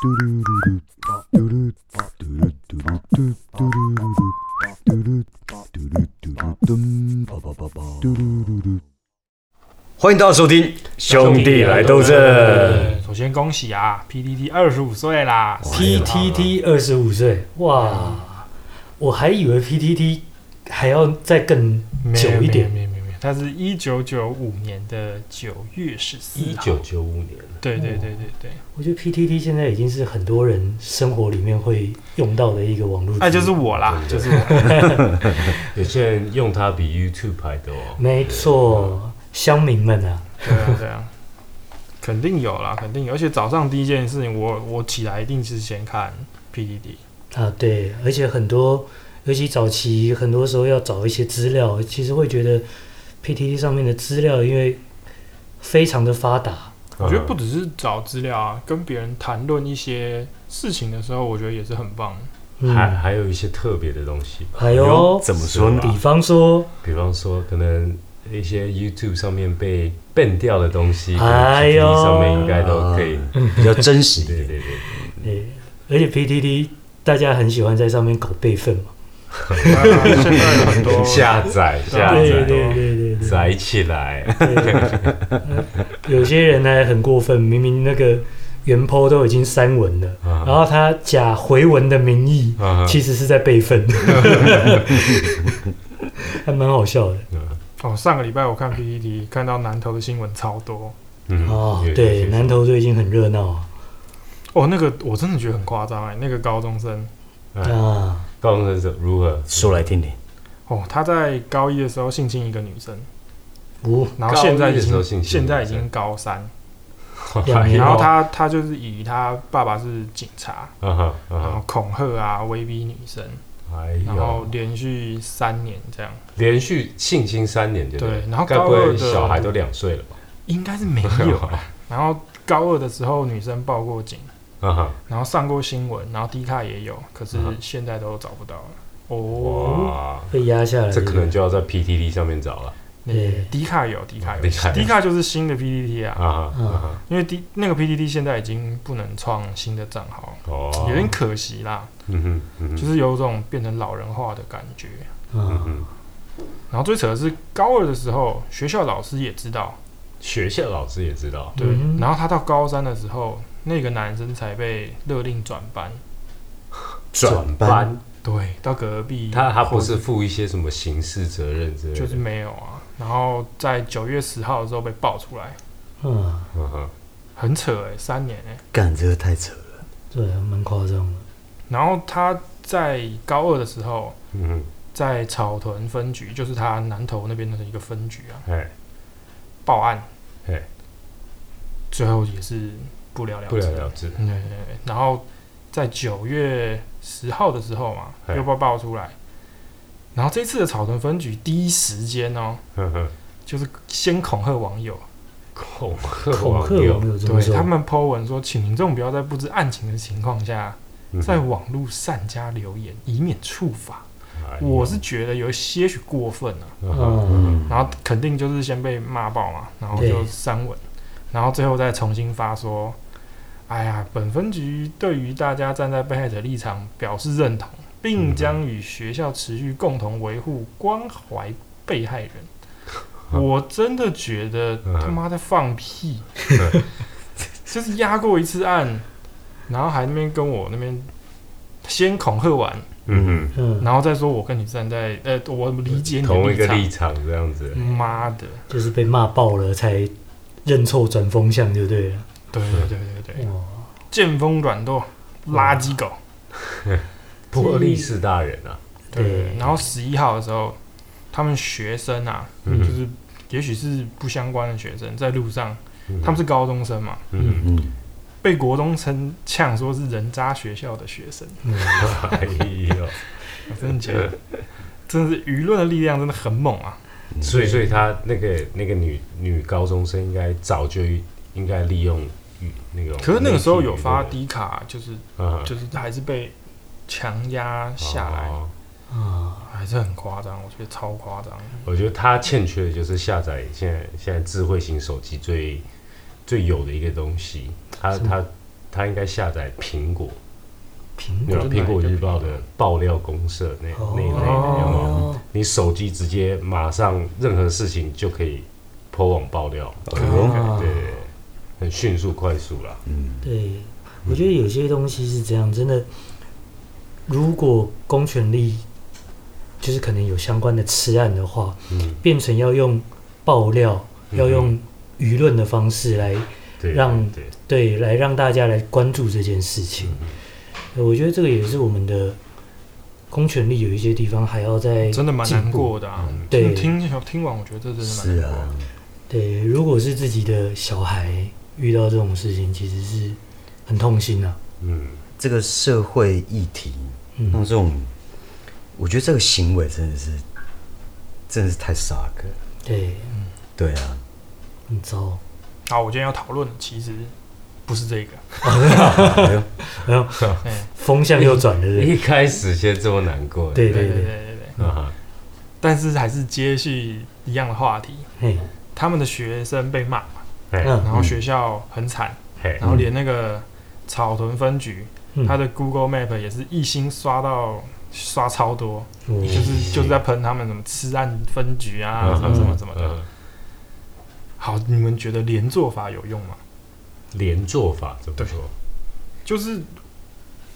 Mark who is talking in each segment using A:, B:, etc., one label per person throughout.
A: 嘟噜噜噜，嘟噜嘟噜嘟噜嘟嘟噜噜噜，嘟噜嘟噜嘟噜噔，叭叭叭叭，嘟噜噜噜。
B: 欢迎大家收听《兄弟来斗阵》。
C: 首先恭喜啊，PTT 二十五岁啦！
D: PTT 二十五岁，
B: 嗯
D: 哇！我还以为 PTT 还要再更
C: 没有
D: 久一点，
C: 没有没有没有，哎他是一九九五年的九月十四
E: 一
C: 号。
E: 九九五年，
C: 对对对对对，
D: 我觉得 PTT 现在已经是很多人生活里面会用到的一个网络。
B: 哎
C: 那哎就是我
B: 啊
C: 啦，就是我。
E: 有些人用它比 YouTube 还多、哦。
D: 没错，乡民们啊，
C: 对啊对啊，肯定有啦，肯定有。而且早上第一件事情，我我起来一定是先看 PTT。
D: 啊，对，而且很多，尤其早期很多时候要找一些资料，其实会觉得 PTT 上面的资料因为非常的发达，
C: 我
E: 嗯
C: 觉得不只是找资料啊，跟别人谈论一些事情的时候，我觉得也是很棒。
D: 嗯，
E: 还还有一些特别的东西吧，
D: 还有，
B: 哎怎么说呢？
D: 比方说，
E: 比方说可能一些 YouTube 上面被 ban 掉的东西，
D: 哎呦
E: PTT 上面应该都可以。
B: 比较真实一
E: 对
B: 点。
E: 对对，
D: 对，而且 PTT 大家很喜欢在上面搞备份嘛，
C: 啊现在有很多
E: 下载下
D: 对对
E: 载
D: 对对对
E: 载起来，
D: 有些人呢很过分，明明那个原 po 都已经删文了，
E: 啊
D: 然后他假回文的名义，
E: 啊
D: 其实是在备 份，还蛮好笑的。
C: 哦，上个礼拜我看 PPT，看到南投的新闻超多
E: 嗯
D: 哦
E: 有，有
D: 对，
E: 些
D: 南投最近很热闹啊
C: 哦，那个我真的觉得很夸张哎，那个高中生
E: 哎
D: 啊，
E: 高中生是如何？
B: 说来听听。
C: 哦，他在高一的时候性侵一个女生，
D: 五
C: 然后现在已
E: 高一的时候性
C: 经
E: 侵一个女生哎
C: 现在已经高三，
D: 两年
C: 然后
D: 后，
C: 他他就是以他爸爸是警察，
E: 啊哈
C: 然后
E: 啊
C: 恐吓啊、威逼女生，
E: 哈，哎
C: 然后
E: 呦，
C: 连续三年这样，
E: 连续性侵三年，对不
C: 对，然后
E: 该
C: 高
E: 不
C: 二
E: 会
C: 的
E: 小孩都两岁了吧？
C: 应该是没
E: 哎
C: 有啊，然后高二的时候女生报过警，
E: 啊哈，
C: 然后上过新闻，然后 D 卡也有，可是
E: 嗯
C: 现在都找不到了。哦，
E: 哇，
D: 被压下来，
E: 这可能就要在 PTT 上面找了
D: 对
C: 迪卡有，迪卡有，
E: 迪卡有
C: 迪卡就是新的 PPT 啊，
E: 啊哈
D: 嗯
E: 啊哈，
C: 因为 D 那个 PPT 现在已经不能创新的账号，
E: 哦，
C: 嗯有点可惜啦，
E: 嗯哼，嗯哼，
C: 就是有种变成老人化的感觉。
E: 嗯
D: 啊，
E: 哼，
C: 然后最扯的是高二的时候，学校老师也知道，
E: 学校老师也知道，
C: 对，
D: 嗯
C: 然后他到高三的时候，那个男生才被勒令转班，
B: 转班，
C: 对，到隔壁，
E: 他他不是负一些什么刑事责任之类的，
C: 就是没有啊。然后在九月十号的时候被爆出来，
D: 啊，
E: 嗯哼，
C: 很扯哎、三年哎、
B: 干这个太扯了。
D: 对，蛮夸张的。
C: 然后他在高二的时候，
E: 嗯哼，
C: 在草屯分局，就是他南投那边的一个分局啊，
E: 哎，
C: 报案
E: 嘿，
C: 最后也是不了了
E: 不
C: 之。
E: 了了之，
C: 对对对。然后在九月十号的时候嘛，
E: 嘿
C: 又被爆出来。然后这次的草屯分局第一时间哦，
E: 嗯哼，
C: 就是先恐吓网友，
E: 恐吓
D: 恐
E: 网
D: 吓有
E: 友
D: 没，有这么
C: 对
D: 说？
C: 他们 po 文说，请民众不要在不知案情的情况下，
E: 嗯哼
C: 在网络散加留言，以免触法。
E: 哎呦
C: 我是呃觉得有些许过分了、
E: 嗯哼
D: 啊，
C: 然后肯定就是先被骂爆嘛，然后
D: 对
C: 就删文，然后最后再重新发说，哎呀，本分局对于大家站在被害者立场表示认同，并将与学校持续共同维护关怀被害 人。我真的觉得他妈在放屁， 就是压过一次案，然后还那边跟我那边先恐吓完，
E: 嗯
D: 嗯，
C: 然后再说我跟你站在呃，我理解
E: 哼，
C: 你
E: 同一个
C: 的
E: 立
C: 立
E: 场这样子
C: 场，，妈的！
D: 就是被骂爆了才认错转风向，对不对了？哦
C: 对对对对
E: 哎
C: 对，
D: 哇，
C: 见风转舵，垃圾狗。
E: 破例是大人啊，
C: 对对，对
D: 对
C: 然后十一号的时候，他们学生啊，
E: 嗯
C: 就是也许是不相关的学生，在路上，
E: 嗯
C: 他们是高中生嘛，
E: 嗯，
B: 嗯，
C: 被国中生呛说是人渣学校的学生，
E: 哎呦，
C: 我真的觉得，真的是舆论的力量真的很猛啊！
E: 所以，所以她那个那个女女高中生应该早就应该利用语那种。
C: 可是那个时候有发
E: 低，
C: 低卡，就是
E: 啊
C: 就是还是被强压下来，
E: 哦
D: 啊，
C: 还是很夸张，我觉得超夸张。
E: 我觉得她欠缺的就是下载现在现在智慧型手机最最有的一个东西，她她他应该下载苹果，
C: 哦
D: 苹
E: 你
D: 果
E: 有
C: 是哪一
E: 苹果
C: 个
E: 日
C: 啊苹
E: 报
C: 果哦
E: 的爆料公社那那一类的，有没有？
D: 哦，
E: 你手机直接马上任何事情就可以破网爆料，
A: 哎呦，
D: 啊
E: 对，很迅速快速啦。
A: 嗯，
D: 对，我觉得有些东西是这样，真的，如果公权力就是可能有相关的吃案的话，
E: 嗯，
D: 变成要用爆料，
C: 嗯
D: 要用舆论的方式来
E: 对，
D: 让
E: 对，
D: 对来让大家来关注这件事情。
C: 嗯
D: 呃我觉得这个也是我们的公权力有一些地方还要在
C: 真的蛮难过的啊。
E: 嗯
D: 对
C: 听听听完，我觉得这真的蛮
A: 是
C: 难过
A: 啊，
D: 对，如果是自己的小孩遇到这种事情，其实是很痛心啊。
E: 嗯，
A: 这个社会议题，
D: 嗯
A: 那这种，我觉得这个行为真的是，真的是太傻了。
D: 对，
A: 对啊，
D: 很糟。
C: 好，我今天要讨论的其实不是这个，
A: 哎呦
D: 然后
C: 哎
D: 风向又转了，对不对
E: 一开始先这么难过，
D: 对
C: 对
D: 对
C: 对对
D: 对，
C: 对对，
E: 啊，
C: 但是还是接续一样的话题，
D: 嘿，
C: 他们的学生被骂，
E: 哎，
D: 嗯
C: 然后学校很惨，
E: 嘿
C: 然，后连那个草屯分局，
D: 嗯
C: 他的 Google Map 也是一星刷到刷超多，
D: 我
C: 就是就是在喷他们什么吃案分局啊，什么什么什么的。
E: 嗯，
C: 好，你们觉得连坐法有用吗？
E: 连坐法怎么说？
C: 就是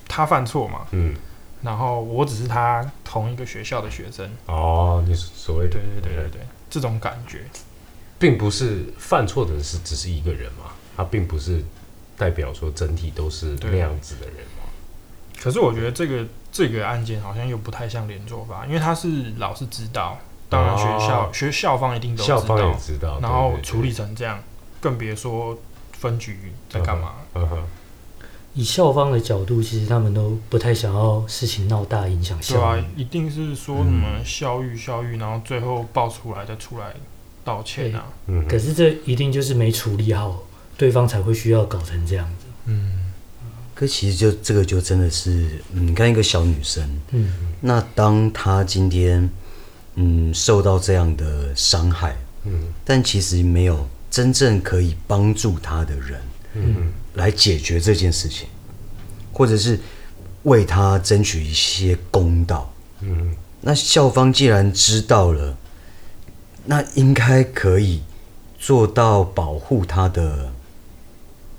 C: 他犯错嘛，
E: 嗯，
C: 然后我只是他同一个学校的学生，
E: 哦，你所谓
C: 对
E: 的
C: 对对对对，这种感觉，
E: 并不是犯错的人是只是一个人嘛，他并不是代表说整体都是
C: 对
E: 那样子的人嘛。
C: 可是我觉得这个这个案件好像又不太像连坐法，因为他是老师指导，当然学校、
E: 哦
C: 学校方一定都知
E: 校
C: 道，
E: 方也知道，
C: 然后
E: 对
C: 处理，成这样，更别说分局在干嘛。
E: 对对嗯哼，
D: 以校方的角度，其实他们都不太想要事情闹大，影响
C: 对
D: 校
C: 啊
D: 园。，
C: 一定是说什么
E: 嗯
C: 校育校育，然后最后爆出来再出来道歉啊。
E: 嗯
D: 可
E: 哼，
D: 是这一定就是没处理好，对方才会需要搞成这样子。
C: 嗯，
A: 可其实就这个就真的是，嗯你看一个小女生，
D: 嗯，
A: 那当她今天嗯受到这样的伤害，
E: 嗯
A: 但其实没有真正可以帮助她的人
E: 嗯哼，
A: 来解决这件事情，或者是为她争取一些公道。
E: 嗯哼，
A: 那校方既然知道了，那应该可以做到保护她的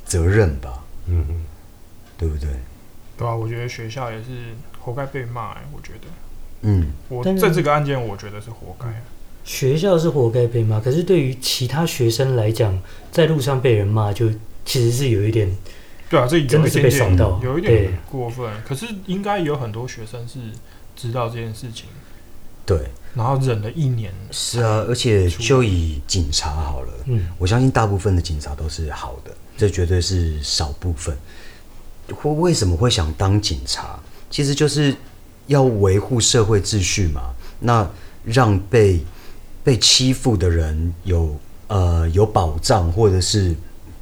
A: 责任吧，
E: 嗯哼，
A: 对不对？
C: 对啊，我觉得学校也是活该被骂、欸。我觉得
A: 嗯，
C: 我
D: 但是
C: 在这个案件，我觉得是活该啊、
D: 学校是活该被骂，可是对于其他学生来讲，在路上被人骂就。其实是有一点，
C: 对啊，这有
D: 真的
C: 一
D: 是
C: 点
D: 被伤
C: 点
D: 到，
C: 有一
D: 对
C: 点过分。可是应该有很多学生是知道这件事情，
A: 对。
C: 然后忍了一年。
A: 是啊，而且就以警察好了，
D: 嗯，
A: 我相信大部分的警察都是好的，这绝对是少部分。会为什么会想当警察？其实就是要维护社会秩序嘛。那让被被欺负的人有呃有保障，或者是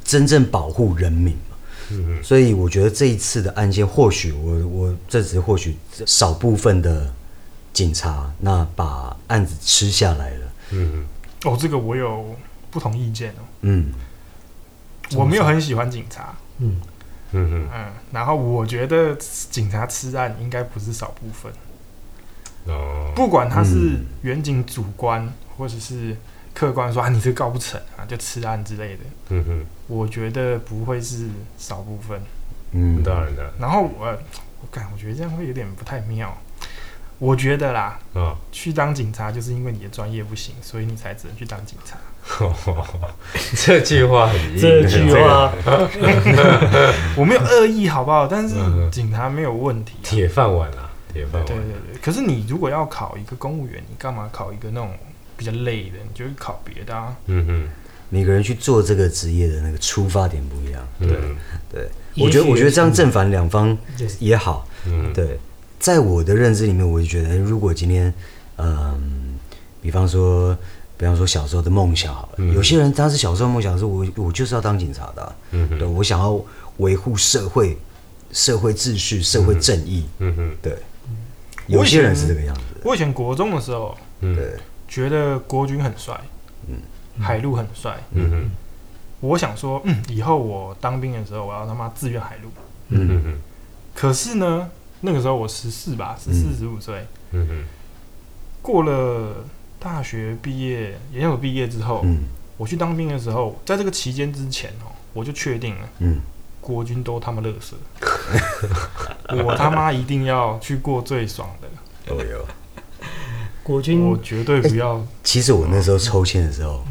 A: 真正保护人民嘛。
E: 嗯
A: 所以我觉得这一次的案件，或许我我这只是或许少部分的警察，那把案子吃下来了。
E: 哼，嗯
C: 哦，这个我有不同意见哦，
A: 嗯，
C: 我没有很喜欢警察。
D: 嗯，
E: 哼，嗯哼。
C: 嗯，然后我觉得警察吃案应该不是少部分，
E: 哦，
C: 不管他是
A: 嗯
C: 远景主观或者是客观说啊，你这告不成啊，就吃案之类的，
E: 嗯哼，
C: 我觉得不会是少部分。
A: 嗯
E: 当然的
C: 然后我呃我感我觉得这样会有点不太妙，我觉得啦，
E: 啊，
C: 去当警察就是因为你的专业不行，所以你才只能去当警察。
E: 这句话很硬，
D: 这句话
C: 我没有恶意，好不好？但是
E: 嗯嗯
C: 警察没有问题 啊、
E: 铁饭碗啦，铁饭
C: 对
E: 碗，
C: 对对，可是你如果要考一个公务员，你干嘛考一个那种比较累的？你就去考别的啊。
E: 嗯哼，
A: 每个人去做这个职业的那个出发点不一样。
E: 对，
A: 我觉
D: 也
A: 得，
D: 许
A: 我觉得这样正反两方也好。
E: 嗯，
A: 对，在我的认知里面，我就觉得，哎如果今天，嗯，比方说，比方说小时候的梦想好了，
E: 嗯
A: 有些人他是小时候梦想是我我就是要当警察的啊、
E: 嗯
A: 对
E: 哼，
A: 我想要维护社会、社会秩序、社会正义。
E: 嗯哼，
A: 对，
C: 我
A: 有
C: 以
A: 些人
C: 前
A: 是这个样子的。
C: 我以前国中的时候，
E: 嗯
A: 对，
C: 觉得国军很帅，海陆很帅，
E: 嗯哼，
C: 我想说，嗯，以后我当兵的时候，我要他妈自愿海陆。
E: 嗯
A: 嗯，
E: 嗯
C: 可是呢，那个时候我十四吧，十四十五岁，
E: 嗯嗯
C: 过了大学毕业、研究所毕业之后，
A: 嗯
C: 我去当兵的时候，在这个期间之前哦，我就确定了，
A: 嗯，
C: 国军都他妈乐色， 我他妈一定要去过最爽的，
A: 都有。
D: 国军
C: 我绝对不要。
A: 其实我那时候抽签的时候，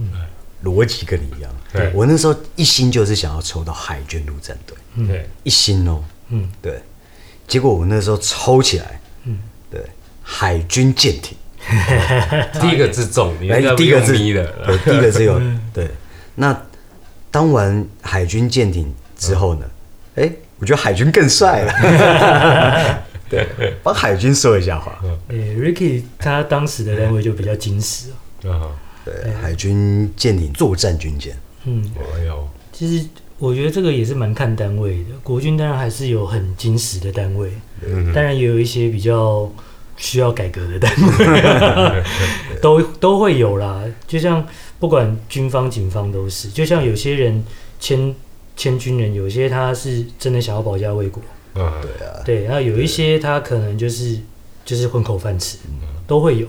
A: 逻辑跟你一样。
E: 对
A: 我那时候一心就是想要抽到海军陆战队，
E: 嗯，对，
A: 一心哦。
D: 嗯，
A: 对。结果我那时候抽起来，嗯，对，海军舰艇，
E: 第一个字重，你
A: 来
E: 应该
A: 第一个
E: 不用
A: 字
E: 咪了，
A: 对，第一个是 有对。那当完海军舰艇之后呢？
E: 嗯
A: 哎，我觉得海军更帅了。 对，帮海军说一下话。
D: 呃、Ricky 他当时的单位就比较矜持啊。
E: 啊，
A: 对，海军舰艇作战军舰，
D: 嗯，
E: 我有，
D: 其实我觉得这个也是蛮看单位的。国军当然还是有很矜持的单位，
E: 嗯
D: 当然也有一些比较需要改革的单位，都都会有啦。就像不管军方、警方都是，就像有些人签签军人，有些他是真的想要保家卫国，
E: 啊，
A: 对啊，
D: 对，那有一些他可能就是就是混口饭吃，都会有。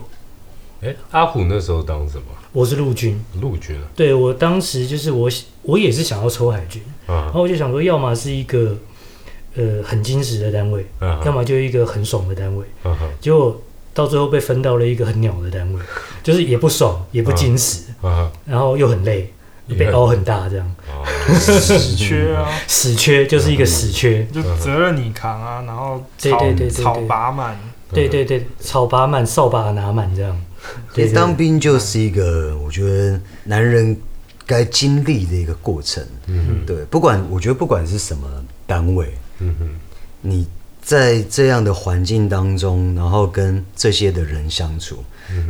E: 哎，阿虎那时候当什么？
D: 我是陆军，
E: 陆军啊
D: 对我当时就是我我也是想要抽海军，然
E: 啊
D: 后我就想说，要么是一个呃很矜持的单位，
E: 啊
D: 要么就一个很爽的单位。
E: 啊啊
D: 结果到最后被分到了一个很鸟的单位，就是也不爽，也不矜持，
E: 啊！
D: 然后又很累，
E: 也
D: 被
E: 很
D: 凹很大，这样
E: 哦
C: 死缺啊，
D: 死缺就是一个死缺。
A: 嗯
C: 就责任你扛啊，然后
D: 对
C: 草
D: 对对对对
C: 草拔满，
D: 对对对，草拔满，扫把拿满这样。
A: 其
D: 对
A: 实
D: 对
A: 当兵就是一个我觉得男人该经历的一个过程。
E: 嗯
A: 对，不管我觉得不管是什么单位，
E: 嗯嗯
A: 你在这样的环境当中，然后跟这些的人相处，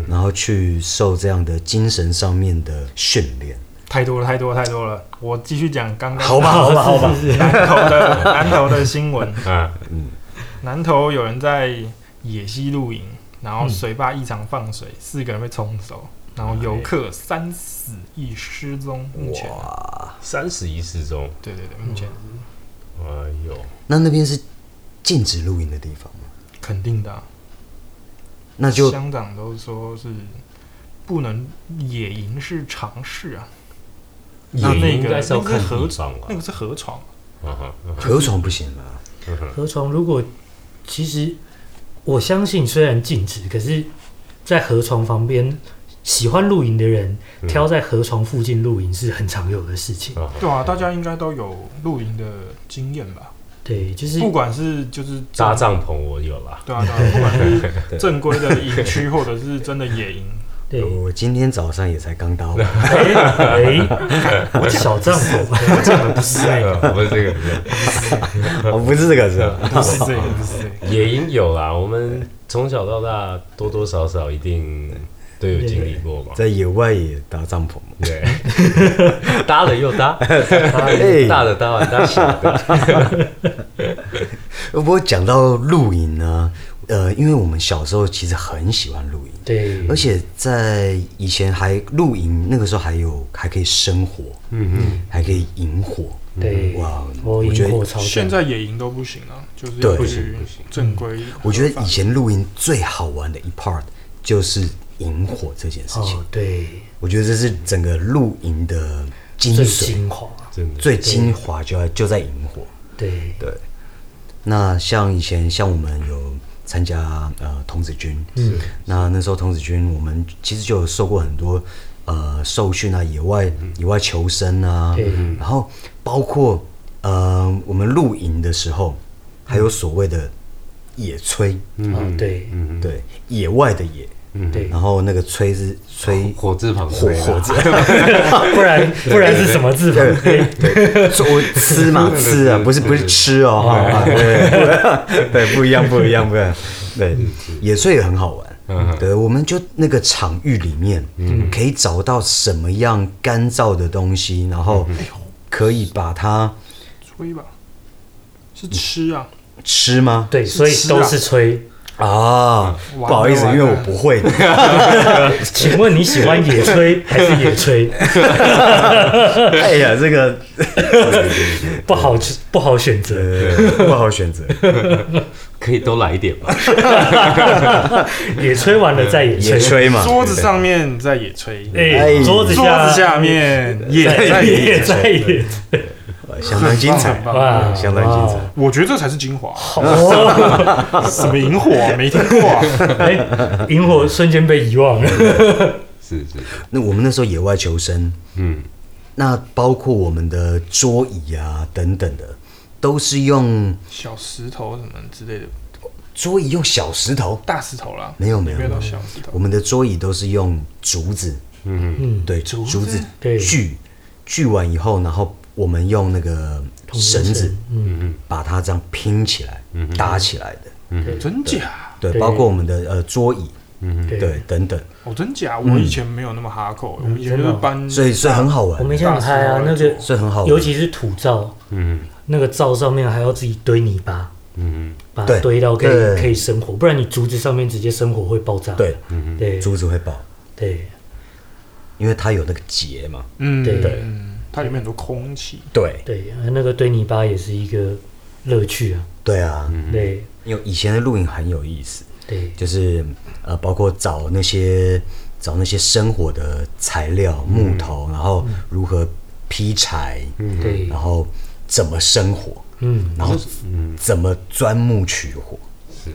A: 然后去受这样的精神上面的训练，
C: 太多了太多了太多了。我继续讲刚刚
A: 好吧，好吧，好吧，
C: 南投的南投的新闻，
E: 啊
C: 南投有人在野溪露营，
A: 嗯
C: 然后水坝异常放水，四个人被冲走，然后游客三死一失踪，目前
A: 哇，
E: 三十一失踪，
C: 对对对，目前
E: 哎呦，
A: 那那边是禁止露营的地方吗？
C: 肯定的啊、
A: 那就
C: 乡长都说是不能野营是常事啊，那
E: 也
C: 那
E: 应
C: 个
E: 该是要
C: 那个
E: 看
C: 是河
E: 地方吧
C: 那个是河床，
E: 啊哈啊
A: 河床不行了，
E: 哈啊
D: 河床如果其实我相信，虽然禁止，可是，在河床旁边喜欢露营的人，
E: 嗯
D: 挑在河床附近露营是很常有的事情。
E: 哈
C: 对啊，大家应该都有露营的经验吧？
D: 对，就是
C: 不管是就是
E: 搭帐篷我有啦，
C: 对啊，对 啊，不管是正规的营区，或者是真的野 营，
D: 对，
A: 我今天早上也才刚到完，
D: 哎哎，小帐篷，
E: 不是不是这个不是
A: 哦，不是这个是吧？
C: 不是这个，不是这 个。
E: 野营有啦，我们从小到大多多少少一定都有经历过嘛，
A: 在野外也搭帐篷嘛，
E: 对， 搭了又搭，大的搭完搭小的，
A: 不过讲到露营呢，呃，因为我们小时候其实很喜欢露营，
D: 对
A: 而且在以前还露营，那个时候还有还可以生火，
E: 嗯嗯，
A: 还可以引火，
D: 对，
A: 嗯哇，
D: 我
A: 我觉
D: 萤
A: 得
D: 火。超
C: 现
D: 赞，
C: 在野营都不行了，就是
A: 对
C: 不
A: 不
E: 行
C: 行
E: 不行
C: 正规。
A: 我觉得以前露营最好玩的一 part 就是引火这件事情，
D: 哦，对，
A: 我觉得这是整个露营的精
D: 最
A: 髓，
D: 精华，
E: 真的，
A: 最精华就在就在引火。
D: 对
A: 对，那像以前像我们有参加呃童子军，嗯，那那时候童子军我们其实就有受过很多呃受训啊，野外野外求生啊
D: 对，
A: 然后包括呃我们露营的时候，还有所谓的野炊，
D: 啊对
E: 嗯
A: 对，野外的野，
E: 嗯
D: 对，
A: 然后那个炊是炊
E: 火火字旁
A: 火火字，
D: 不然不然是什么字旁？对
A: 我吃嘛吃啊，不是不是吃哦，哈对对对对，不一样不一样不一样，对，野炊也很好玩。
E: 嗯
A: 对，我们就那个场域里面，可以找到什么样干燥的东西，然后可以把它
C: 吹吧，是吃啊，
A: 吃吗？
D: 对，所以都是吹，
A: 啊，不好意思，因
C: 完了
A: 为我不 会。
D: 请问你喜欢野炊还是野炊？
A: 哎呀，这个
D: 不好吃，不好选择。
A: 呃不好选择，
E: 可以都来一点吧。
D: 野炊完了再野
A: 野
D: 炊。
A: 炊嘛，
C: 桌子上面在野炊，
D: 哎，
A: 哎
D: 桌子
C: 桌
D: 下，
C: 子下面也在
D: 再
C: 野
D: 野
C: 炊，
D: 再野，
A: 呃相当精彩
C: 很。棒
D: 哇，
A: 相当精彩
C: 我觉得这才是精华，
D: 好哦，
C: 什么萤火没听过啊？
D: 哎，萤火瞬间被遗忘了。
E: 是是，是
A: 那我们那时候野外求生，
E: 嗯，
A: 那包括我们的桌椅啊等等的，都是用
C: 小石头什么之类的，
A: 桌椅用小石头，
C: 大石头啦，
A: 没有没有
C: 没有到
A: 没有
C: 小石头
A: 我。们的桌椅都是用竹子，
D: 嗯，
A: 对，竹子
D: 对
A: 锯锯完以后，然后我们用那个绳子，
D: 嗯，
A: 把它这样拼起来、搭起来的。
C: 真假？
A: 对，
D: 对
A: 包括我们的呃桌椅，
D: 嗯
A: 对，，等等，
C: 哦，真假？
A: 嗯
C: 我以前没有那么哈扣，我们以前就是搬，
A: 所以所以很好玩
D: 我，们现在拍啊，那个
A: 所以很好玩。
D: 尤其是土灶，
E: 嗯
D: 那个灶上面还要自己堆泥巴，
E: 嗯
D: 把它
A: 对
D: 堆到可
A: 对
D: 以可以生火，不然你竹子上面直接生火会爆炸。
A: 对嗯
D: 对
A: 竹子会爆，
D: 对，
A: 因为它有那个结嘛。
C: 嗯，
D: 对
C: 嗯，它里面很多空气，
A: 对
D: 对，啊那个堆泥巴也是一个乐趣啊。
A: 对啊，
D: 对
A: 因为以前的露营很有意思，
D: 对
A: 就是呃，包括找那些找那些生火的材料、木头，然后如何劈柴，
D: 对
A: 然，后怎么生火，
D: 嗯，
A: 然后怎么钻木取火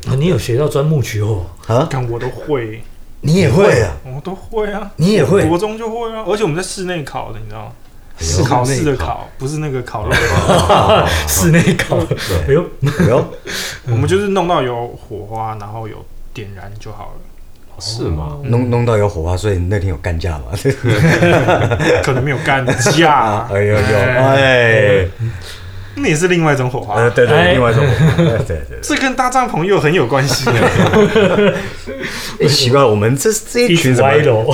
D: 啊你有学到钻木取 火？
A: 啊？
C: 看我都会，
A: 你也会啊？
C: 我都会啊，
A: 你也会哎
C: 国中就会啊，而且我们在室内烤的，你知道吗？是考试的烤，不是那个烤肉的烤。
D: 室内烤，哎呦，
A: 哎呦，
C: 我们就是弄到有火花，然后有点燃就好了，
E: 嗯，是吗？
A: 弄弄到有火花，所以那天有干架嘛？，
C: 可能没有干 架
A: 哎呦呦，哎，
C: 那也是另外一种火花
A: 呃，，对
D: 哎
A: 对，另外一种火花，对对对。
C: 这跟搭帐篷又很有关系 的。
A: 哎，奇怪，我们这这一
D: 一
A: 群
D: 直
A: 怎
D: 歪
A: 么
D: 楼，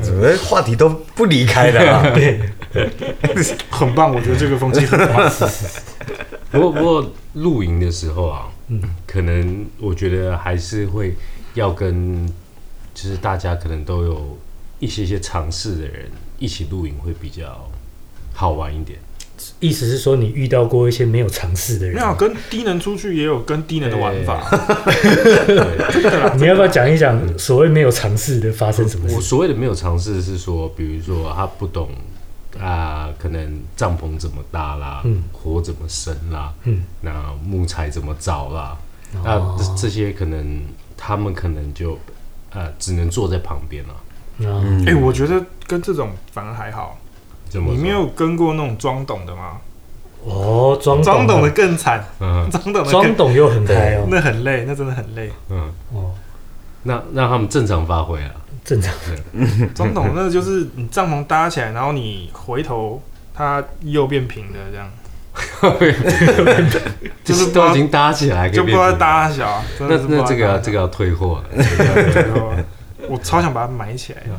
A: 怎么话题都不离开的啊？
D: 对，
C: 很棒，我觉得这个风气很 棒。
E: 不过不过露营的时候啊，
D: 嗯
E: 可能我觉得还是会要跟，就是大家可能都有一些些尝试的人一起露营会比较好玩 一点。
D: 意思是说你遇到过一些没有尝试的人
C: 没，有啊跟低能出去，也有跟低能的玩法。
E: 对，
C: 啊
D: 你要不要讲一讲所谓没有尝试的发生什么
E: 我
D: 事？
E: 所谓的没有尝试是说，比如说他不懂啊、可能帐篷怎么搭啦，
D: 嗯
E: 火怎么生啦，
D: 嗯，
E: 那木材怎么找啦，那、
D: 哦
E: 这这些可能他们可能就呃只能坐在旁边了。
D: 啊，
C: 哎、我觉得跟这种反而还好。
E: 怎么
C: 你
E: 说
C: 没有跟过那种装懂的吗？
D: 哦，装
C: 装懂
D: 懂
C: 的更 惨，
E: 嗯
C: 装懂的
D: 装
C: 更
D: 懂又很嗨哦，
C: 那很累，那真的很累。
E: 嗯，
D: 哦，
E: 那让他们正常发挥 啊。
D: 正常，
C: 装懂那就是你帐篷搭起来，然后你回头，它又变平的这样，就是不知
E: 都已
C: 道
E: 经搭起来，
C: 就不知道搭小啊。真
E: 那
C: 的是不知道
E: 那这个
C: 搭嗯
E: 这个要退货了，
C: 对 我超想把它埋起来 的。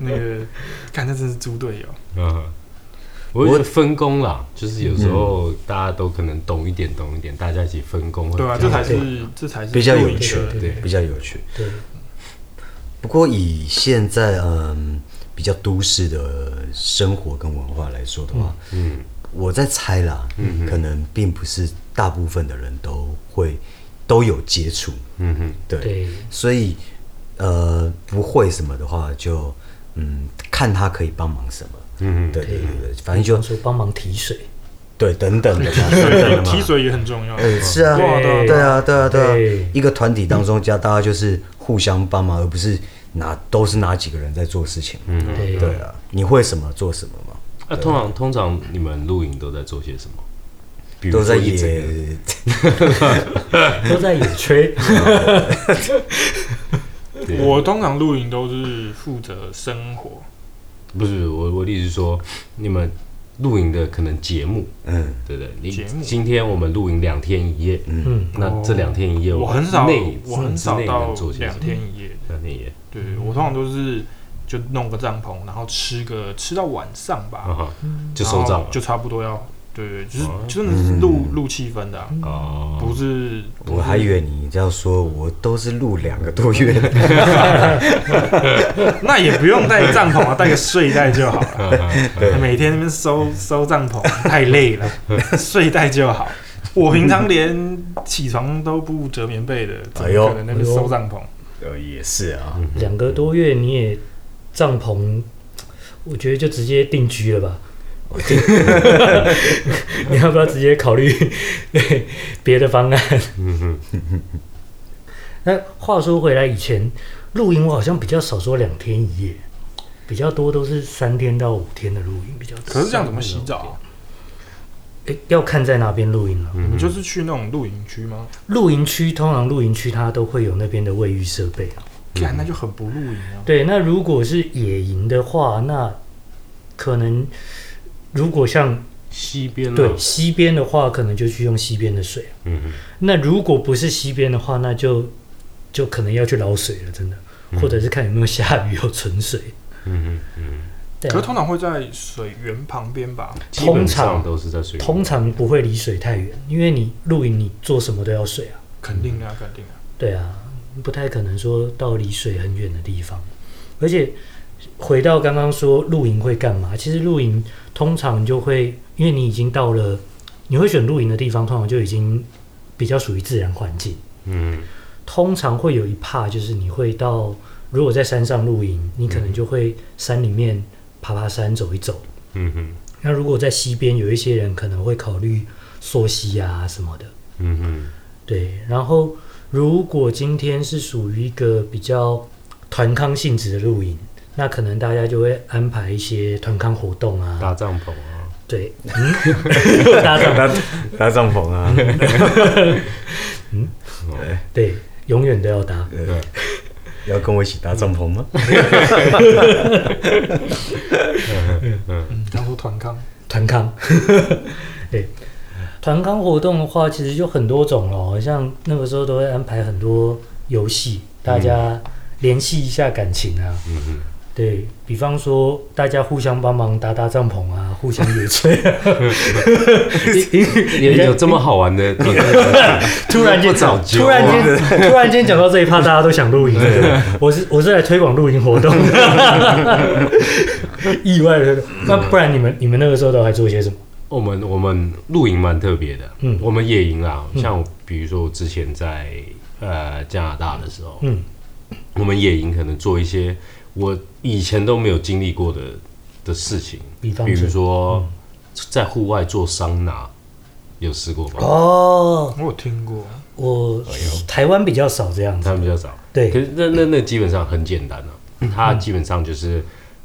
C: 那个，看那真是猪队友。
E: 嗯，我嗯觉得分工啦，就是有时候大家都可能懂一点，懂一点，大家一起分工会
C: 对啊，
E: 比较
C: 这才
E: 好
C: 是这才是
A: 比较有
C: 对的
A: 趣
E: 对
A: 比较有趣。
D: 对，
A: 不过以现在嗯比较都市的生活跟文化来说的话，
E: 嗯
A: 我在猜啦，可能并不是大部分的人都会都有接触，
E: 嗯哼，
A: 对，
D: 对
A: 所以呃不会什么的话就嗯看他可以帮忙什么，
E: 嗯
A: 对对对对，反正就
D: 说帮忙提水，
A: 对等等的嘛，等等的
C: 对，
A: 嘛
C: 提水也很重要。
A: 呃是啊，
C: 对啊对
A: 对
C: 啊
A: 啊，对啊，对
D: 对
A: 啊，一个团体当中，加大家就是互相帮忙，而不是拿都是哪几个人在做事情。嗯，
D: 对
A: 对啊，你会什么做什么嘛，
E: 那、啊通常通常你们露营都在做些什么？比如
A: 都在
E: 说一整个
A: 野，
D: 都在野炊，
E: 对
C: 我通常露营都是负责生活，
E: 不是我我的意思是说，你们露营的可能节目，
A: 嗯，
E: 对不对？
C: 节目
E: 你今天我们露营两天一夜，
D: 嗯，
E: 那这两天一夜
C: 哦我很少
E: 内，
C: 我很少
E: 之内
C: 到
E: 能做些什嗯
C: 两
E: 么
C: 天一夜。
E: 两天一夜，
C: 对，我通常都是就弄个帐篷，然后吃个吃到晚上吧，
E: 啊哈，就收
C: 嗯然后
E: 账了，
C: 就差不多要对对对，就是
E: 哦
C: 真的是录录气氛的啊，
E: 哦，
C: 不是
A: 我还以为你这样说，我都是录两个多月了。
C: 那也不用带帐篷啊，带个睡袋就好了。每天那边收收帐篷 太累了，睡袋就好。我平常连起床都不折棉被的，怎
A: 哎呦
C: 么可能那边收帐篷？
A: 呃，也是啊，
D: 两个多月你也帐篷，我觉得就直接定居了吧。 你要不要直接考虑 对别的方案？那话说回来，以前露营我好像比较少说两天一夜，比较多都是三天到五天的露营比较多。
C: 可是这样怎么洗澡啊？
D: 诶要看在哪边露营了、
C: 你就是去那种露营区吗？
D: 露营区通常露营区它都会有那边的卫浴设备啊。
C: 看那就很不露营啊。
D: 对，那如果是野营的话，那可能如果像
E: 西边
D: 对，西边的话，可能就去用西边的水。啊
E: 嗯
D: 那如果不是西边的话，那就就可能要去捞水了，真的，或者是看有没有下雨有存水。
E: 嗯嗯，
D: 对啊
C: 可是通常会在水源旁边吧？
E: 基本
D: 通常
E: 上都是在水里，
D: 通常不会离水太远，因为你露营你做什么都要水啊。
C: 肯定的啊，肯定的啊。
D: 对啊，不太可能说到离水很远的地方。而且回到刚刚说露营会干嘛？其实露营通常就会，因为你已经到了，你会选露营的地方，通常就已经比较属于自然环境。
E: 嗯
D: 通常会有一怕就是你会到，如果在山上露营，你可能就会山里面爬爬山走一走。
E: 嗯嗯
D: 那如果在西边，有一些人可能会考虑溯溪啊什么的。
E: 嗯
D: 对，然后如果今天是属于一个比较团康性质的露营，那可能大家就会安排一些团康活动
E: 嗯，
D: 啊，
E: 搭帐篷 啊，
D: 对，嗯， 搭帐
A: 搭搭帐篷啊，
D: 对，永远都要搭。
E: 对，
A: 嗯 要跟我一起搭帐篷吗？
C: 嗯，当初团康，
D: 团康， 对，团康活动的话，其实就很多种咯，像那个时候都会安排很多游戏，大家联系一下感情啊。
E: 嗯嗯，
D: 对比方说，大家互相帮忙搭搭帐篷啊，互相 野炊、
E: 有有这么好玩的，
D: 突然间
E: 不早哦
D: 突然间突然间讲到这一趴，大家都想露营了。我是我是来推广露营活动的， 意外的。那不然你们你们那个时候都还做些什么？
E: 我们我们露营蛮特别的，
D: 嗯
E: 嗯，我们野营啊，
D: 嗯
E: 像我比如说我之前在呃加拿大的时候，
D: 嗯
E: 我们野营可能做一些我以前都没有经历过的的事情，
D: 比方
E: 比如
D: 说嗯
E: 说在户外做桑拿，有试过吗？
D: 哦，
C: 我有听过，
D: 我台湾比较少这样
E: 他
D: 子，
E: 们比较少，哎可
D: 对，嗯
E: 是那那那基本上很简单啊，它基本上就是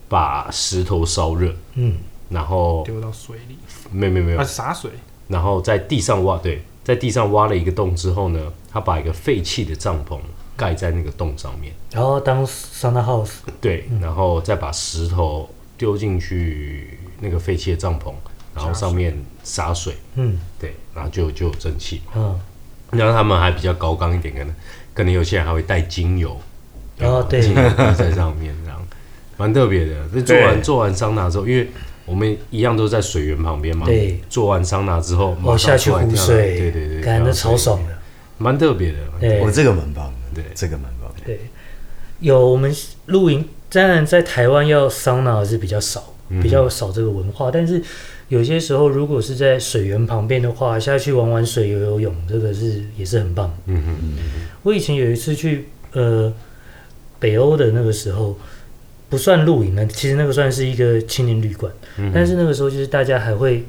E: 把石头烧热，
D: 嗯，
E: 然后
C: 丢到水里
E: 没有没有没有
C: 啊，，洒水，
E: 然后在地上挖，对，在地上挖了一个洞之后呢，他把一个废弃的帐篷盖在那个洞上面，
D: 然后当 sauna house，
E: 对，然后再把石头丢进去那个废弃的帐篷，然后上面洒水，
D: 嗯
E: 对，然后就就有蒸汽。
D: 嗯，
E: 然后他们还比较高纲一点，可能可能有些人还会带精油，
D: 哦对
E: 精油滴在上面这样，蛮特别的。那做完做完桑拿之后，因为我们一样都在水源旁边嘛，
D: 对，
E: 做完桑拿之后
D: 我
E: 马
D: 下
E: 上
D: 去
E: 出来
D: 湖
E: 跳了
D: 水，
E: 对对对，
D: 感
E: 跳
D: 觉
E: 到
D: 超
E: 水里
D: 爽的，
E: 蛮特别的。
D: 对
A: 我、，这个蛮棒的，
E: 对
A: 这个蛮棒的。
D: 对，有我们露营，当然在台湾要桑拿是比较少，比较少这个文化。但是有些时候，如果是在水源旁边的话，下去玩玩水、游游泳，这个是也是很棒。
E: 嗯嗯
D: 我以前有一次去呃北欧的那个时候，不算露营的，其实那个算是一个青年旅馆，
E: 嗯，
D: 但是那个时候就是大家还会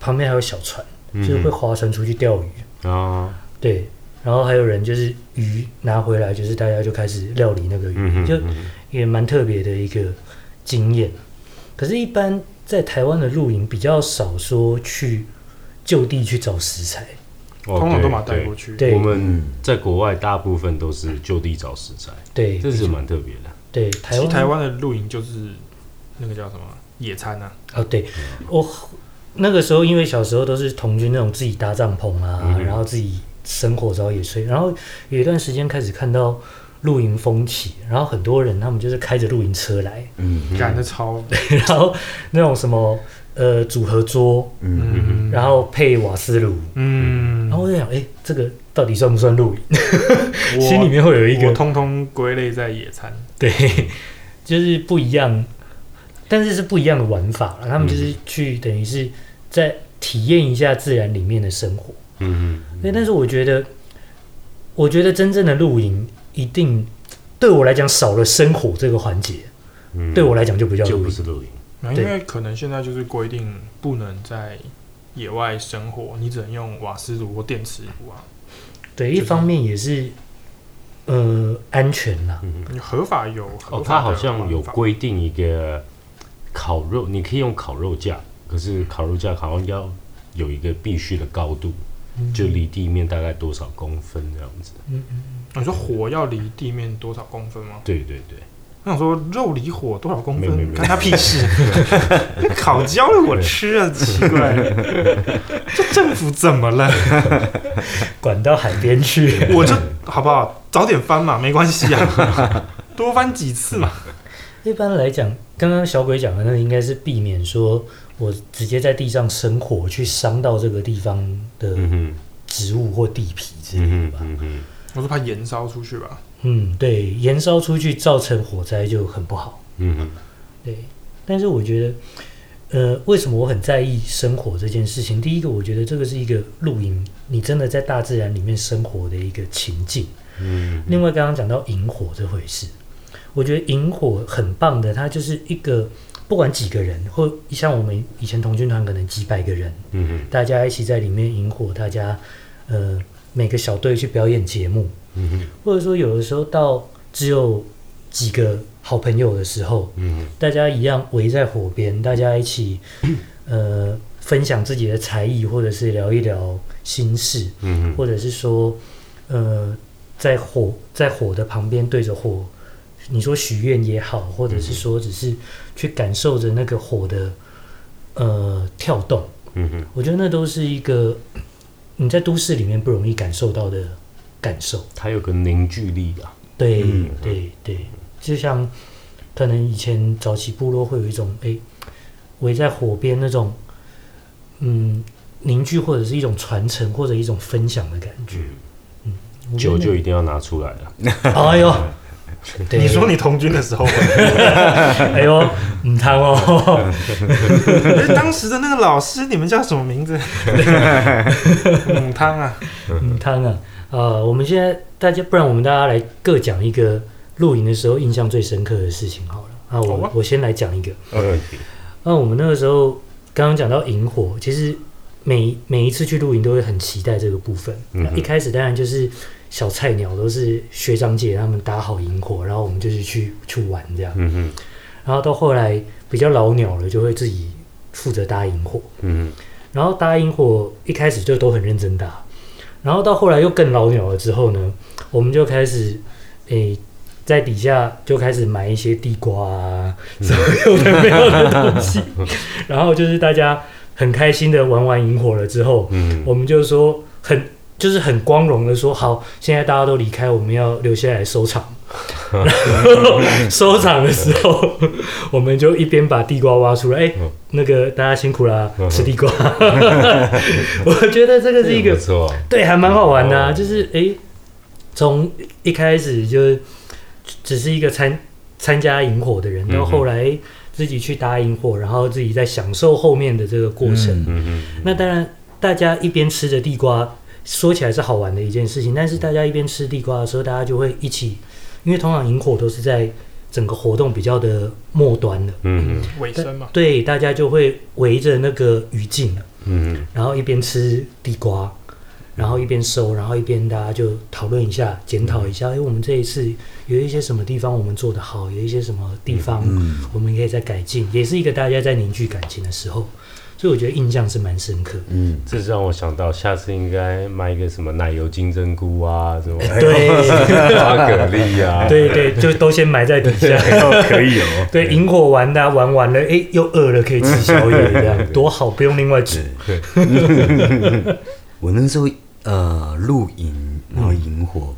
D: 旁边还有小船，就是会划船出去钓鱼。
E: 啊，
D: 对，然后还有人就是鱼拿回来，就是大家就开始料理那个鱼，
E: 嗯
D: 就也蛮特别的一个经验。可是，一般在台湾的露营比较少说去就地去找食材，
C: 通常都把
E: 把
C: 它带过去。
D: 对
E: 哦
D: 嗯
E: 我们在国外大部分都是就地找食材，
D: 对
E: 这是蛮特别的。
D: 对，
C: 其
D: 台
C: 实
D: 湾
C: 台湾的露营就是那个叫什么野餐啊，
D: 哦，对我那个时候因为小时候都是童军那种自己搭帐篷啊，
E: 嗯
D: 然后自己生火烧野炊，然后有一段时间开始看到露营风起，然后很多人他们就是开着露营车来，
A: 嗯，
C: 感觉超
D: 然后那种什么呃组合桌，
A: 嗯，
C: 嗯
D: 然后配瓦斯炉，
C: 嗯，
D: 然后我在想，哎，这个到底算不算露营？
C: 我
D: 心里面会有一
C: 我
D: 个
C: 通通归类在野餐，
D: 对，就是不一样，但是是不一样的玩法
E: 嗯
D: 了。他们就是去等于是在体验一下自然里面的生活。
E: 嗯
D: 对，但是我觉得，我觉得真正的露营一定对我来讲少了生活这个环节，
E: 嗯
D: 对我来讲就不叫
E: 就
D: 露
E: 不
D: 营。
E: 是露营，
C: 那
D: 对
C: 因为可能现在就是规定不能在野外生火，你只能用瓦斯炉或电磁炉啊。
D: 对，
C: 就
D: 一
C: 是
D: 方面也是呃安全啦，
E: 嗯，
C: 你合法有合
E: 哦，
C: 法
E: 它好
C: 的
E: 像有
C: 玩法
E: 规定一个烤肉，你可以用烤肉架，可是烤肉架好像要有一个必须的高度，就离地面大概多少公分这样子。
C: 你说火要离地面多少公分吗？
E: 对对对，
C: 我想说肉离火多少公
E: 没有没有
C: 分，
E: 没有
C: 干他屁 事！烤焦了我吃啊，奇 怪，这政府怎么了？
D: 管到海边去。
C: 我就好不好？早点翻嘛，没关系啊， 多翻几次嘛。
D: 一般来讲，刚刚小鬼讲的那个应该是避免说我直接在地上生火去伤到这个地方的
E: 嗯哼，
D: 植物或地皮之类
E: 嗯哼，
D: 的吧。
E: 嗯哼，
C: 我说怕燃烧出去吧，
D: 嗯，对，燃烧出去造成火灾就很不好。
E: 嗯哼，
D: 对，但是我觉得，呃，为什么我很在意生活这件事情？第一个，我觉得这个是一个露营，你真的在大自然里面生活的一个情境。
E: 嗯
D: 另外，刚刚讲到引火这回事，我觉得引火很棒的，它就是一个不管几个人，或像我们以前童军团可能几百个人，
E: 嗯哼，
D: 大家一起在里面引火，大家呃每个小队去表演节目，
E: 嗯哼，
D: 或者说有的时候到只有几个好朋友的时候，
E: 嗯哼，
D: 大家一样围在火边，大家一起呃分享自己的才艺，或者是聊一聊心事，
E: 嗯哼，
D: 或者是说呃在火在火的旁边对着火，你说许愿也好，或者是说只是去感受着那个火的呃跳动，
E: 嗯哼，
D: 我觉得那都是一个你在都市里面不容易感受到的感受。
E: 它有个凝聚力啊。
D: 对、
A: 嗯
D: 对对，就像可能以前早期部落会有一种哎围在火边那种嗯凝聚或者是一种传承或者一种分享的感觉。嗯，我觉
E: 酒
D: 得
E: 就一定要拿出来了，
D: 那哎呦，对
C: 你说你童军的时候，
D: 哎呦，唔贪哦，
C: 可是当时的那个老师，你们叫什么名 字？母汤啊，
D: 唔贪啊。呃，我们现在大家，不然我们大家来各讲一个露营的时候印象最深刻的事情好了。啊，
C: 好
D: 我
C: 啊
D: 我先来讲一个。
E: 没问题。
D: 那我们那个时候刚刚讲到萤火，其实每每一次去露营都会很期待这个部分。
E: 嗯
D: 那
E: 哼
D: 一开始当然就是小菜鸟，都是学长姐他们搭好萤火，然后我们就是去去玩这样。
E: 嗯哼，
D: 然后到后来比较老鸟了，就会自己负责搭萤火。
E: 嗯
D: 然后搭萤火一开始就都很认真搭，然后到后来又更老鸟了之后呢，我们就开始诶、在底下就开始买一些地瓜啊，所有的没有的东西，然后就是大家很开心的玩完萤火了之后，
E: 嗯
D: 我们就说很就是很光荣的说好，现在大家都离开，我们要留下来 收场。然后收场的时候， 我们就一边把地瓜挖出来，哎、
E: 嗯
D: 那个大家辛苦啦
E: 嗯，
D: 吃 地瓜。我觉得这个是一个
E: 不错，
D: 对，还蛮好玩的、啊，
E: 嗯哦
D: 就是诶，从、一开始就只是一个参参加萤火的人，
E: 嗯
D: 到
E: 哼
D: 后来、诶自己去搭萤火，然后自己在享受后面的这个过程。
E: 嗯
D: 那当然，大家一边吃着地瓜，说起来是好玩的一件事情，但是大家一边吃地瓜的时候，大家就会一起，因为通常萤火都是在整个活动比较的末端的，
E: 哼，嗯
C: 尾声嘛，
D: 对，大家就会围着那个雨镜，
E: 哼，嗯
D: 然后一边吃地瓜，然后一边收，然后一边大家就讨论一下，检讨一下，哎，我们这一次有一些什么地方我们做得好，有一些什么地方
A: 嗯
D: 我们可以再改进，也是一个大家在凝聚感情的时候，所以我觉得印象是蛮深刻的。
A: 嗯，
E: 这让我想到，下次应该买一个什么奶油金针菇啊，什么
D: 对
E: 花蛤蜊啊，
D: 对对，就都先埋在底 下。
E: 可以哦。
D: 对，萤火玩的、啊、玩完了，哎，又饿了，可以吃宵夜，这样多好，不用另外煮。
A: 我那时候呃露营，然后萤火，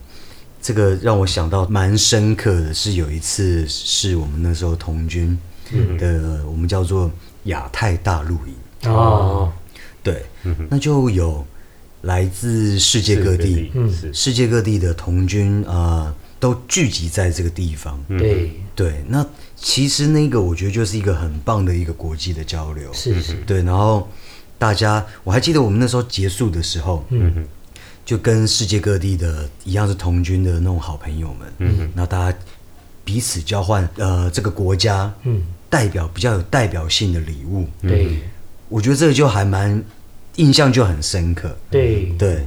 A: 这个让我想到蛮嗯深刻的是有一次是我们那时候童军的，我们叫做亚太大露营，
D: 哦，
A: 对，那就有来自世界各地、
E: 嗯是
A: 世界各地的童军啊、呃都聚集在这个地方。
D: 对，
A: 对，那其实那个我觉得就是一个很棒的一个国际的交流。
D: 是是，
A: 对，然后大家，我还记得我们那时候结束的时候，嗯，就跟世界各地的一样是同军的那种好朋友们，嗯，然后大家彼此交换呃这个国家
D: 嗯，
A: 代表比较有代表性的礼物，
D: 对
A: 我觉得这个就还蛮印象就很深刻。
D: 对，
A: 对，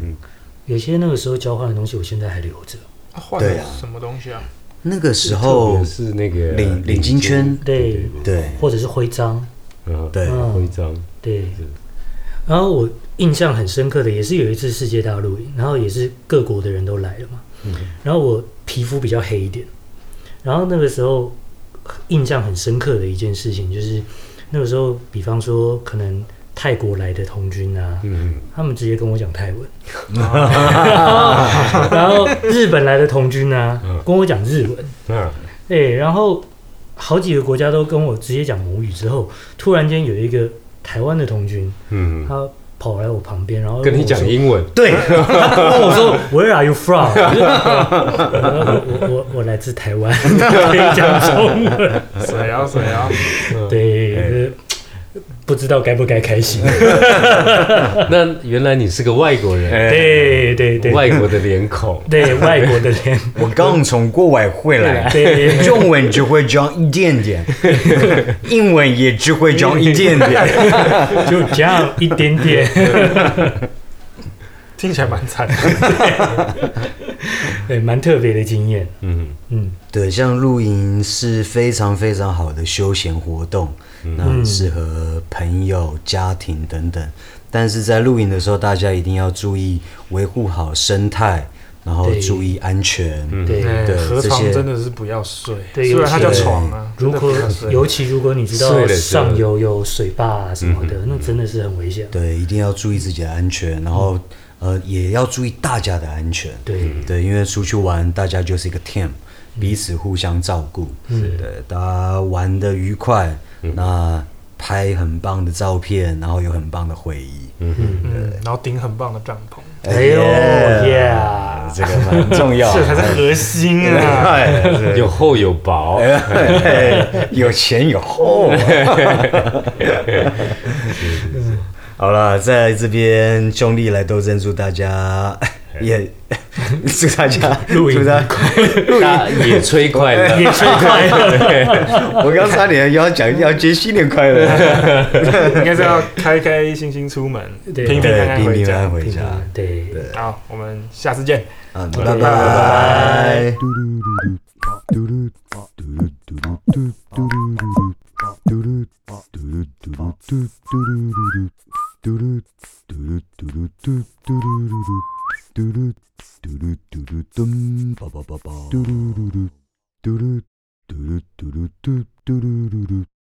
D: 有些那个时候交换的东西，我现在还留着。
C: 啊换
A: 对
C: 了
A: 啊
C: 什么东西啊？
A: 那个时候
E: 特别是那个
A: 领领巾圈，
D: 嗯对，
A: 对
D: 或者是徽章，
E: 嗯，
A: 对
D: 嗯
E: 徽章，
D: 对。然后我印象很深刻的也是有一次世界大陆营，然后也是各国的人都来了嘛。
E: 嗯
D: 然后我皮肤比较黑一点，然后那个时候印象很深刻的一件事情就是，那个时候比方说可能泰国来的童军啊，
E: 嗯，
D: 他们直接跟我 讲泰文，然后日本来的童军啊
E: 嗯
D: 跟我讲日文，
E: 那
D: 对，然后好几个国家都跟我直接讲母语之后，突然间有一个台湾的童军，
E: 嗯，
D: 他跑来我旁边，然后
E: 跟你
D: 问我
E: 讲
D: 说
E: 英文，
D: 对，他跟我说 Where are you from？我就我我我我来自台湾，可以讲中文。
C: 谁啊谁啊？
D: 对，就是不知道该不该开心。
E: 那原来你是个外国人，
D: 对哎对对，，
E: 外国的脸孔
D: 对外国的人，
A: 我刚从国外回来，
D: 对
A: 中文只会讲一点点，英文也只会讲一点点。
D: 就这样一点点。
C: 听起来蛮惨的。
D: 对，蛮特别的经验。
E: 嗯，
D: 嗯，
A: 对，像露营是非常非常好的休闲活动，那很适合朋友、家庭等等。但是在露营的时候，大家一定要注意维护好生态，然后
D: 对嗯
A: 注意安全。
E: 嗯
D: 对。
C: 哎
A: 对
C: 河
A: 这
C: 床
A: 些
C: 真的是不要睡，
D: 对
C: 虽然它
D: 尤
C: 叫
D: 其
C: 床啊，
D: 如
C: 真的不
D: 果
C: 要睡
D: 尤其如果你知
E: 睡
D: 道
E: 了之后
D: 上游有水坝啊什么
E: 嗯
D: 的，那真的是很危险。
A: 对，一定要注意自己的安全，然后呃，也要注意大家的安全。
D: 对
A: 对，因为出去玩，大家就是一个 team，彼此互相照顾。
D: 嗯
A: 对，大家玩的愉快，那拍很棒的照片，然后有很棒的回忆。
C: 嗯，然后顶很棒的帐篷，
D: 哎呦耶！
A: 这个蛮重要
C: 这才 是 核心啊！
D: 哎
E: 有厚有薄，
A: 有前有后。好了，在这边兄弟来斗争，祝大家也祝大家
D: 露营
A: 祝大家
E: 大野炊快乐，
D: 野炊快乐，
A: 我刚差点要讲要接新年快乐，
C: 应该是要开开心心出门，
D: 对
C: 平平安安
A: 平
C: 回
A: 平安
C: 家
A: 安。回家。
D: 对对。
C: 好，我们下次见。
A: 嗯，拜拜。
F: Do do do do do do do do do do do do do do do do do do do do do